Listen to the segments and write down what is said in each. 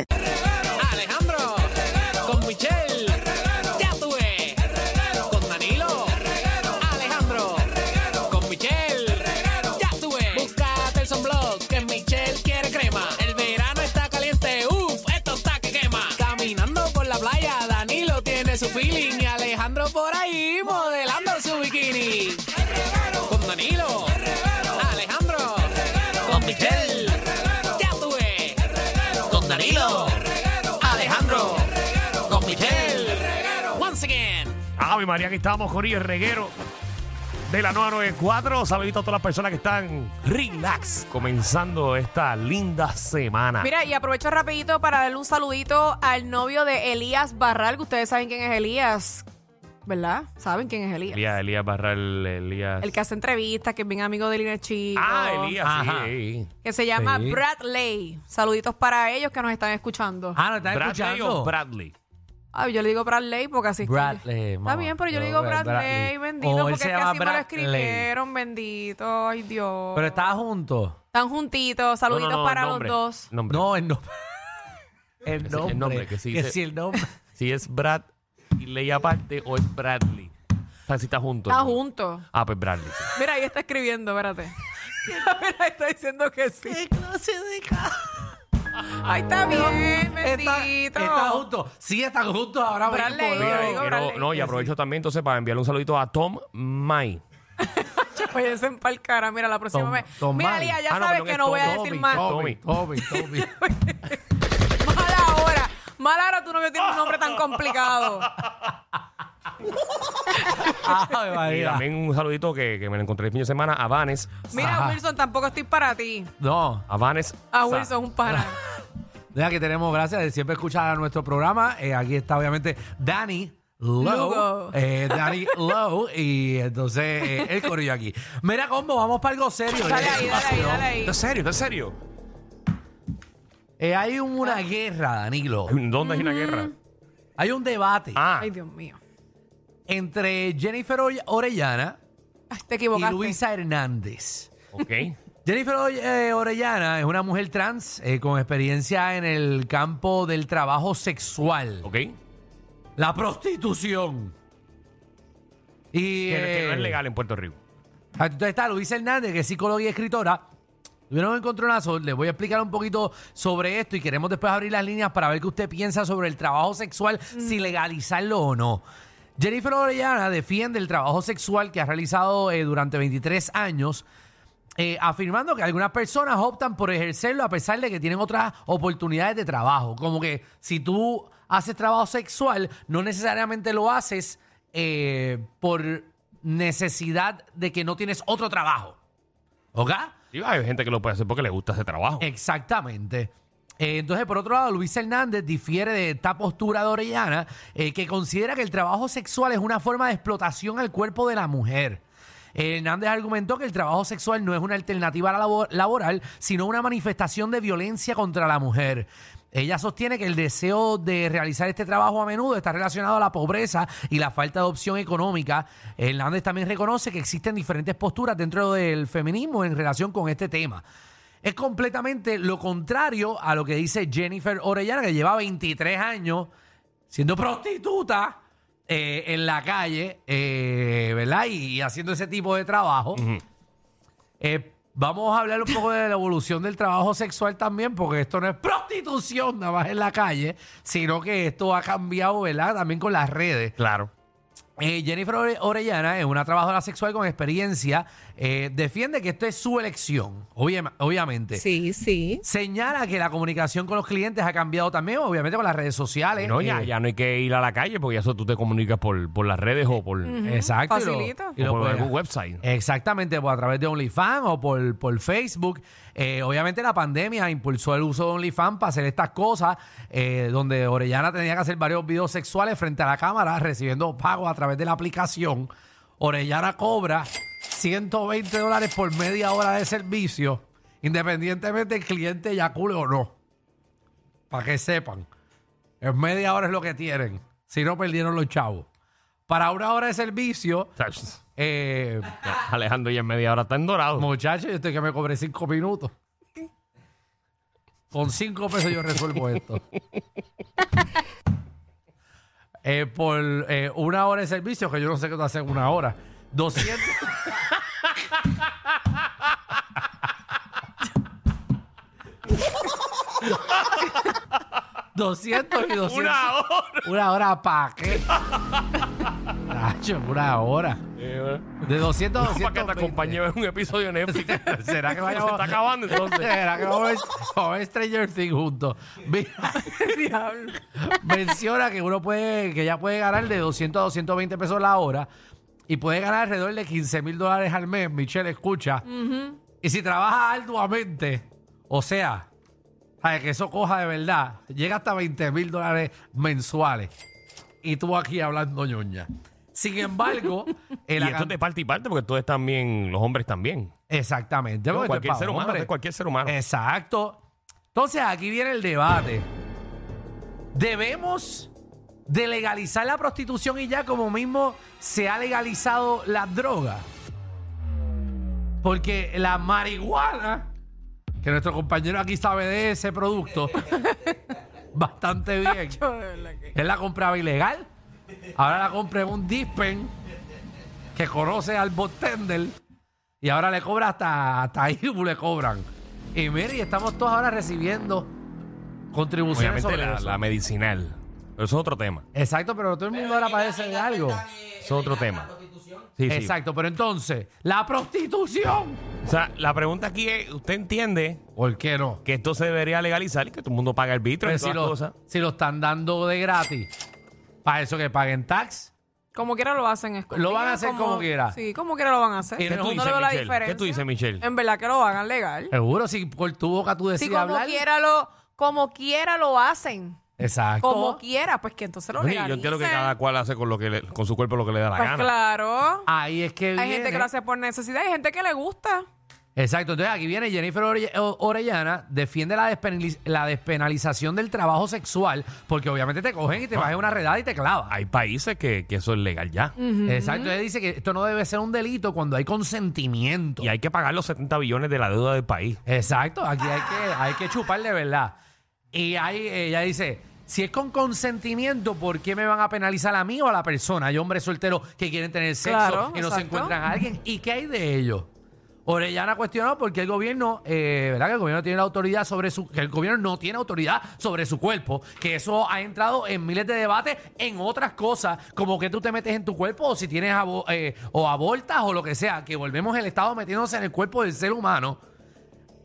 Alejandro, con Michelle, ya tuve, con Danilo, Alejandro, con Michelle, ya tuve. Búscate el sunblock que Michelle quiere crema. El verano está caliente, uff, esto está que quema. Caminando por la playa, Danilo tiene su feeling y Alejandro por ahí modelando su bikini. Con Danilo, Alejandro, con Michelle, ya tuve con Danilo, Alejandro, con Miguel. Once again. Ave María, aquí estamos, Corillo, el reguero de la 994. Saludito a todas las personas que están relax comenzando esta linda semana. Mira, y aprovecho rapidito para darle un saludito al novio de Elías Barral, que ustedes saben quién es Elías, ¿verdad? ¿Saben quién es Elías? Elías, Elías Barral, Elías. El que hace entrevistas, que es bien amigo de Lina Chico. ah, Elías, Ajá. sí. Que se llama Sí. Bradley. Saluditos para ellos que nos están escuchando. Ah, ¿no estás Bradley escuchando? o Bradley. Ay, yo le digo Bradley porque así es que- Bradley, Está mamá. bien, pero yo le digo Yo, eh, Bradley, Bradley. bendito, Oh, O él porque es se que llama así me lo Bradley. escribieron, bendito, ay Dios. Pero estaba junto. Están juntitos, No, no, saluditos no, para el los nombre, dos. nombre. No, el nombre. El el nombre. nombre, que sí se- sí, el nombre. Si es Brad y Ley aparte o es Bradley. O sea, si está junto. Están ¿no? juntos. Ah, pues Bradley. sí. Mira, ahí está escribiendo, espérate. Mira, está diciendo que sí. Ahí está bien, Está, bendito. está junto. Sí, están juntos ahora Bradley, mismo. yo Mira, digo quiero- Bradley, no, y que aprovecho también entonces para enviarle un saludito a Tom May. Váyanse en cara. Mira, la próxima Tom- vez. Tom Mira, Mari. Lía, ya Ah, no, sabes perdón, que es no voy a Tommy, decir más. Tommy, Tommy, Tommy. Mala hora. Mala hora tu novio tiene un nombre tan complicado. Ay, Y María. también un saludito que, que me lo encontré el fin de semana a Vanes. Mira, Ajá. Wilson, tampoco estoy para ti. No, A Vanes. A Sa- Wilson, un para. deja que tenemos gracias de siempre escuchar a nuestro programa. Eh, aquí está obviamente Dani Lowe. Lugo. Eh, Dani Lowe. Y entonces eh, el corillo aquí. Mira, combo, vamos para algo serio. Dale ahí, Eh, dale ahí, dale ahí. ¿Estás serio? ¿Estás serio? eh, hay un- una Ah. guerra, Danilo. ¿Dónde hay una guerra? Hay un debate Ah, Ay, Dios mío. entre Jennifer Orell- Orellana Ay, Te y equivocaste. Luisa Hernández. ok. Jennifer Oye- eh, Orellana es una mujer trans eh, con experiencia en el campo del trabajo sexual, Ok. Que- la prostitución. Y que no eh, ah, es legal en Puerto Rico. Entonces está Luisa Hernández, que es psicóloga y escritora. Tuvieron un encontronazo, les voy a explicar un poquito sobre esto y queremos después abrir las líneas para ver qué usted piensa sobre el trabajo sexual, si legalizarlo o no. Jennifer Orellana defiende el trabajo sexual que ha realizado eh, durante 23 años, eh, afirmando que algunas personas optan por ejercerlo a pesar de que tienen otras oportunidades de trabajo. Como que si tú haces trabajo sexual, no necesariamente lo haces eh, por necesidad de que no tienes otro trabajo. ¿Ok? Sí, hay gente que lo puede hacer porque le gusta ese trabajo. Exactamente. Eh, entonces, por otro lado, Luis Hernández difiere de esta postura de Orellana, eh, que considera que el trabajo sexual es una forma de explotación al cuerpo de la mujer. Eh, Hernández argumentó que el trabajo sexual no es una alternativa labo- laboral, sino una manifestación de violencia contra la mujer. Ella sostiene que el deseo de realizar este trabajo a menudo está relacionado a la pobreza y la falta de opción económica. Hernández también reconoce que existen diferentes posturas dentro del feminismo en relación con este tema. Es completamente lo contrario a lo que dice Jennifer Orellana, que lleva 23 años siendo prostituta eh, en la calle, eh, ¿verdad? Y, y haciendo ese tipo de trabajo. Eh, vamos a hablar un poco de la evolución del trabajo sexual también, porque esto no es prostitución nada más en la calle, sino que esto ha cambiado, ¿verdad? También con las redes. Claro. Eh, Jennifer Ore- Orellana es una trabajadora sexual con experiencia. eh, defiende que esto es su elección, obvia- obviamente. Sí, sí. Señala que la comunicación con los clientes ha cambiado también, obviamente con las redes sociales. No, ya, Eh, ya no hay que ir a la calle porque ya eso tú te comunicas por, por las redes o por, Exacto. y lo- Facilito. y o lo por puedes- algún website. Exactamente, pues, a través de OnlyFans o por, por Facebook. Eh, obviamente la pandemia impulsó el uso de OnlyFans para hacer estas cosas, eh, donde Orellana tenía que hacer varios videos sexuales frente a la cámara, recibiendo pagos a través de la aplicación. Orellana cobra 120 dólares por media hora de servicio, independientemente del cliente eyacule o no. Para que sepan. En media hora es lo que tienen, si no perdieron los chavos. Para una hora de servicio, O sea, eh, Alejandro ya en media hora está en dorado. Muchacho, yo estoy que me cobré cinco minutos. Con cinco pesos yo resuelvo esto. Eh, por eh, una hora de servicio, que yo no sé qué te hacen una hora. 200. Doscientos y doscientos. Una hora. Una hora para qué. Nacho, una hora. De 200 a Para que te 220. acompañe a ver un episodio de Netflix. ¿Será que vaya Se está acabando entonces. Será que vamos a ver, vamos a ver Stranger Things juntos. Mira, Diablo. menciona que uno puede, que ya puede ganar de 200 a 220 pesos la hora y puede ganar alrededor de 15 mil dólares al mes. Michelle, escucha. Y si trabaja arduamente, o sea, para que eso coja de verdad, llega hasta 20 mil dólares mensuales. Y tú aquí hablando ñoña. Sin embargo, el Y esto es de parte y parte porque todos también, los hombres también. Exactamente. porque esto es cualquier pa' ser humano, hombres. es cualquier ser humano. Exacto. Entonces aquí viene el debate. ¿Debemos de legalizar la prostitución y ya como mismo se ha legalizado la droga? Porque la marihuana, que nuestro compañero aquí sabe de ese producto bastante bien, Yo, de verdad que- él la compraba ilegal, ahora la compra en un dispen que conoce al botender y ahora le cobra hasta, hasta ahí le cobran. Y mire, y estamos todos ahora recibiendo contribuciones Obviamente sobre la, eso. la medicinal. Pero eso es otro tema. Exacto, pero todo el mundo ahora padece de algo. Eso es otro tema. Sí, sí. Exacto, pero entonces, la prostitución. O sea, la pregunta aquí es, ¿usted entiende ¿Por qué no? que esto se debería legalizar y que todo el mundo paga el vitro y Pero todas las si, lo, cosas? si lo están dando de gratis, para eso que paguen tax. Como quiera lo hacen. escondido, Lo van a hacer como quiera. Sí, como quiera lo van a hacer. ¿Qué Yo tú no le dices, veo la Michelle? diferencia. ¿Qué tú dices, Michelle? En verdad que lo hagan legal. Seguro, si por tu boca tú Si decides como hablar. quiera lo, como quiera lo hacen. Exacto. Como quiera, pues que entonces lo Oye, legalicen. yo entiendo que cada cual hace con lo que le- con su cuerpo lo que le da la Pues gana. claro. Ahí es que Hay gente que viene. lo hace por necesidad, hay gente que le gusta. Exacto, entonces aquí viene Jennifer Ore- O- Orellana, defiende la, despenaliz- la despenalización del trabajo sexual, porque obviamente te cogen y Ah. te bajan una redada y te clavan. Hay países que, que eso es legal ya. Exacto, ella dice que esto no debe ser un delito cuando hay consentimiento. Y hay que pagar los 70 billones de la deuda del país. Exacto, aquí hay que, hay que chupar de verdad. Y ahí ella dice, si es con consentimiento, ¿por qué me van a penalizar a mí o a la persona? Hay hombres solteros que quieren tener sexo Claro, y no se exacto. encuentran a alguien. ¿Y qué hay de ellos? Orellana cuestionó porque el gobierno, eh, ¿verdad? Que el gobierno tiene la autoridad sobre su, que el gobierno no tiene autoridad sobre su cuerpo, que eso ha entrado en miles de debates en otras cosas, como que tú te metes en tu cuerpo o si tienes abo- eh, o abortas o lo que sea, que volvemos el Estado metiéndose en el cuerpo del ser humano.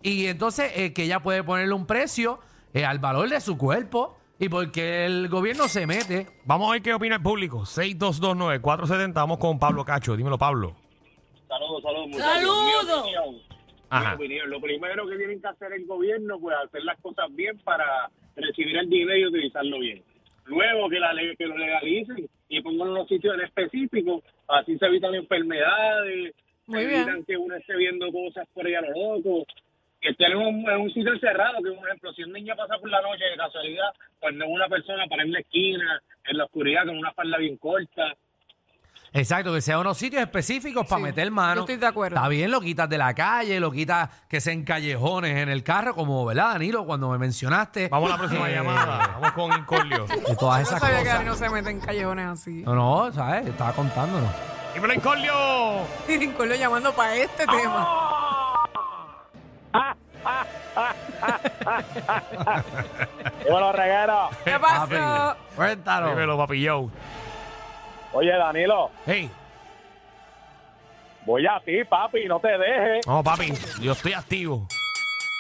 Y entonces eh, que ella puede ponerle un precio eh, al valor de su cuerpo y porque el gobierno se mete. Vamos a ver qué opina el público. 6229470. Vamos con Pablo Cacho. Dímelo, Pablo. Saludos, saludos, Saludos. Mi opinión, Ajá. mi opinión. Lo primero que tienen que hacer el gobierno, pues hacer las cosas bien para recibir el dinero y utilizarlo bien. Luego que, la, le- que lo legalicen y pongan unos sitios en específico, así se evitan enfermedades, Muy se bien. evitan que uno esté viendo cosas por allá a lo loco. Que estén en un, en un sitio encerrado, que por ejemplo, si un niño pasa por la noche de casualidad, pues no es una persona para en la esquina, en la oscuridad, con una falda bien corta. Exacto, que sea unos sitios específicos para Sí, meter mano. yo estoy de acuerdo. Está bien, lo quitas de la calle, lo quitas que sea en callejones, en el carro, como, ¿verdad, Danilo? Cuando me mencionaste. Vamos a la próxima Eh, llamada. Vamos con Incolio. De todas Yo no esas sabía que cosas. Ari no se mete en callejones así. No, no, ¿sabes? Estaba contándonos. Dímelo, Incolio. Tirincolio llamando para este tema. ¡Dímelo, reguero! ¿Qué Papi, pasó? Cuéntanos. Dímelo, papi Joe. Oye, Danilo, Hey. voy a ti, papi, no te dejes. No, papi, yo estoy activo.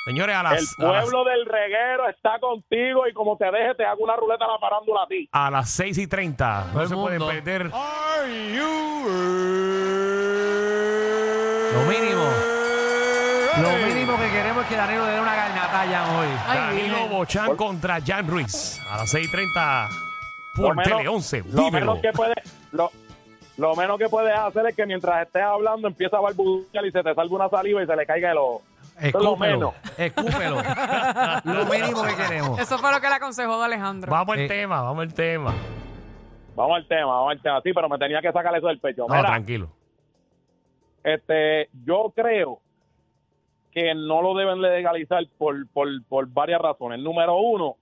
Señores, a El las, a las, pueblo del reguero está contigo y como te deje, te hago una ruleta a la parándula a ti. a las 6 y 30. Todo No el se pueden mundo. perder. Lo mínimo. Lo mínimo que queremos es que Danilo dé una garnata ya hoy. Ay, Danilo Virgen. Bochán contra Jan Ruiz. A las 6 y 30 por Lo menos- Tele 11. Lo menos Vívelo. que puede, lo, lo menos que puedes hacer es que mientras estés hablando empieza a balbucear y se te salga una saliva y se le caiga el ojo. Eso es lo menos. Escúpelo. Escúpelo. lo mínimo que queremos. Eso fue lo que le aconsejó de Alejandro. Vamos al Eh. tema, vamos al tema. Vamos al tema, vamos al tema. Sí, pero me tenía que sacar eso del pecho. No, Mira, tranquilo. este, yo creo que no lo deben legalizar por, por, por varias razones. Número uno,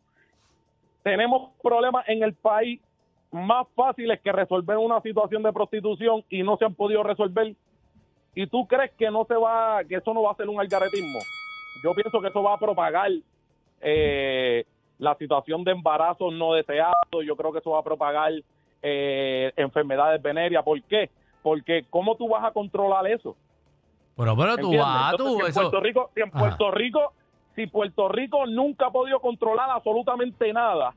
tenemos problemas en el país más fáciles que resolver una situación de prostitución y no se han podido resolver. ¿Y tú crees que no se va, que eso no va a ser un algaretismo? Yo pienso que eso va a propagar eh, la situación de embarazos no deseados. Yo creo que eso va a propagar eh, enfermedades venéreas. ¿Por qué? Porque ¿cómo tú vas a controlar eso? Bueno, pero tú ¿Entiendes? ah, vas, Entonces, tú. si en eso- Puerto Rico, si en Ajá. Puerto Rico, si Puerto Rico nunca ha podido controlar absolutamente nada,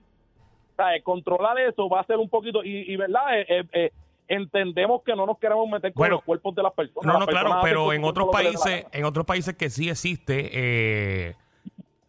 ¿sabes? controlar eso va a ser un poquito y, y verdad, Eh, eh, eh, entendemos que no nos queremos meter con Bueno, los cuerpos de las personas. No, Las no, claro, personas hacen pero con en su otros cuerpo lo que les da la países, gana. en otros países que sí existe, eh,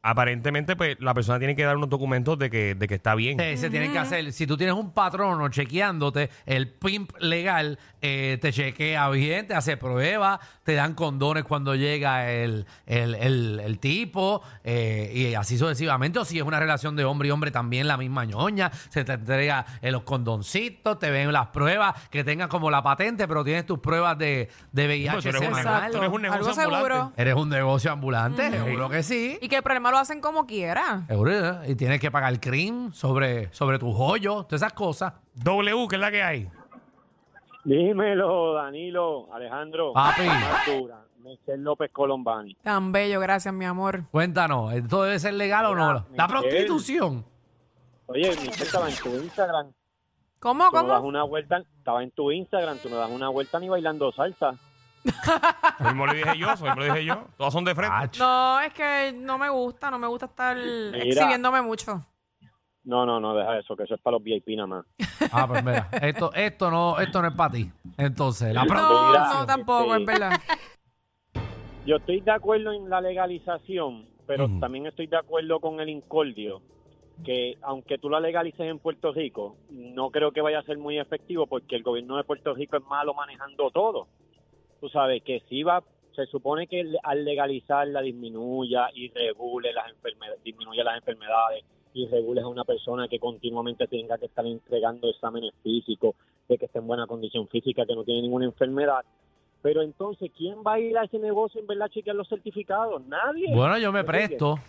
aparentemente pues la persona tiene que dar unos documentos de que, de que está bien. Eh, se tienen que hacer. Si tú tienes un patrono chequeándote, el pimp legal eh, te chequea bien, te hace pruebas, te dan condones cuando llega el, el- el- el tipo eh, y así sucesivamente. O si es una relación de hombre y hombre, también la misma ñoña. Se te entrega eh, los condoncitos, te ven las pruebas, que tengas como la patente, pero tienes tus pruebas de, Pues de tú VIH eres un semanal. animal, tú eres un negocio Algo seguro. ambulante. Eres un negocio ambulante, seguro que sí. Y que el problema lo hacen como quiera. Seguro, ¿eh? y tienes que pagar crimen sobre, sobre tus hoyos, todas esas cosas. W, que es la que hay. Dímelo, Danilo, Alejandro, Ah. Papi. Artura, Michel López Colombani. Tan bello, gracias, mi amor. Cuéntanos, ¿esto debe ser legal o no? Mira, La Miguel. prostitución. Oye, Michel, estaba en tu Instagram. ¿Cómo, Tú me das cómo? una vuelta, estaba en tu Instagram, tú me das una vuelta ni bailando salsa. Eso mismo lo dije yo, eso mismo lo dije yo. Todas son de frente. Ach, No, es que no me gusta, no me gusta estar exhibiéndome mucho. No, no, no, deja eso, que eso es para los VIP nada más. Ah, pues mira, esto, esto, no, esto no es para ti. Entonces, la pro- No, Mira, no, tampoco, este- es verdad. Yo estoy de acuerdo en la legalización, pero Ujú. también estoy de acuerdo con el incordio, que aunque tú la legalices en Puerto Rico, no creo que vaya a ser muy efectivo porque el gobierno de Puerto Rico es malo manejando todo. Tú sabes que si va, se supone que le- al legalizarla disminuya y regule las enfermedades, disminuya las enfermedades y regule a una persona que continuamente tenga que estar entregando exámenes físicos, de que esté en buena condición física, que no tiene ninguna enfermedad. Pero entonces, ¿quién va a ir a ese negocio en verdad a chequear los certificados? Nadie. bueno, yo me presto.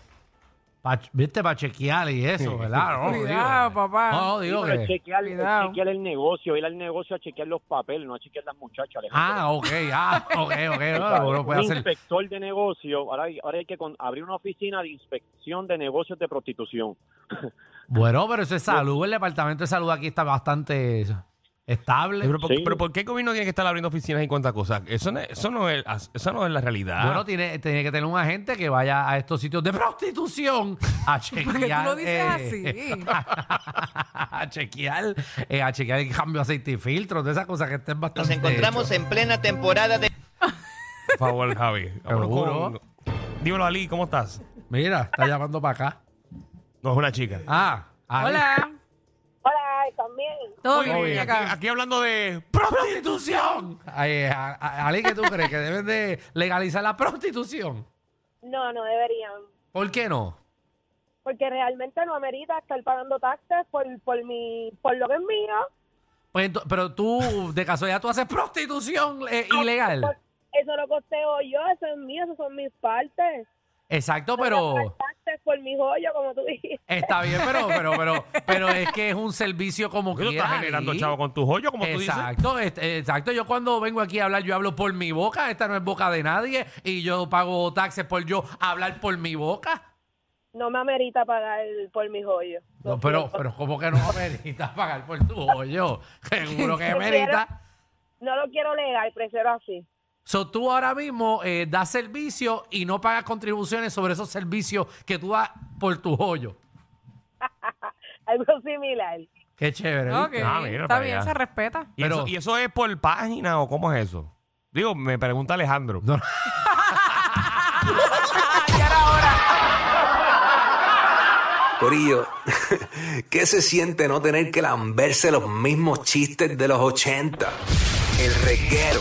pa- ¿Viste? Para chequear y eso, ¿verdad? No, Cuidado, papá. No, no, Sí, digo pero que. chequear, Cuidado. chequear el negocio, ir al negocio a chequear los papeles, no a chequear las muchachas. Alejandro. Ah, ok, ah, ok, ok. no, uno puede un hacer. inspector de negocio, ahora hay, ahora hay que con- abrir una oficina de inspección de negocios de prostitución. Bueno, pero eso es salud. El departamento de salud aquí está bastante estable. Pero, ¿por, Sí. pero ¿por qué el gobierno tiene que estar abriendo oficinas y cuantas cosas? Eso no, es- eso no es, eso no es la realidad. Bueno, tiene, tiene que tener un agente que vaya a estos sitios de prostitución a chequear. Porque tú lo dices eh, así. a chequear, eh, a chequear el cambio de aceite y filtro, de esas cosas que estén Nos bastante. encontramos en plena temporada de Por favor, Javi. Vámonos Seguro. con- Dímelo, Ali, ¿cómo estás? Mira, está llamando para acá. No, es una chica. Ah, ahí. Hola. Hola, también. Todo Muy bien, bien, muñeca. aquí, aquí hablando de... prostitución. Ay, eh, a- a- Ali, ¿qué tú crees? ¿Que deben de legalizar la prostitución? No, no deberían. ¿Por qué no? Porque realmente no amerita estar pagando taxes por, por, mi, por lo que es mío. Pues ento- pero tú, de casualidad, tú haces prostitución eh, ilegal. Eso lo costeo yo, eso es mío, eso son mis partes. Exacto, No voy a pero pagar taxes por mi joyo, como tú dijiste. está bien, pero, pero, pero, pero es que es un servicio como Tú quiera, estás generando Ali. chavo con tus hoyos, como tú dices. Exacto, este, exacto. Yo cuando vengo aquí a hablar, yo hablo por mi boca. Esta no es boca de nadie. Y yo pago taxes por yo hablar por mi boca. no me amerita pagar por mis hoyos. No, pero, pero ¿cómo que no amerita pagar por tu hoyo? Seguro que Prefiero- amerita. No lo quiero legal, prefiero así. So, tú ahora mismo eh, das servicio y no pagas contribuciones sobre esos servicios que tú das por tu hoyo. Algo similar. Qué chévere. Ok, ¿viste? Ah, mira está para bien, allá. se respeta. ¿Y, Pero- eso, ¿Y eso es por página o cómo es eso? Digo, me pregunta Alejandro. No. Corillo, ¿qué se siente no tener que lamberse los mismos chistes de los 80? El reguero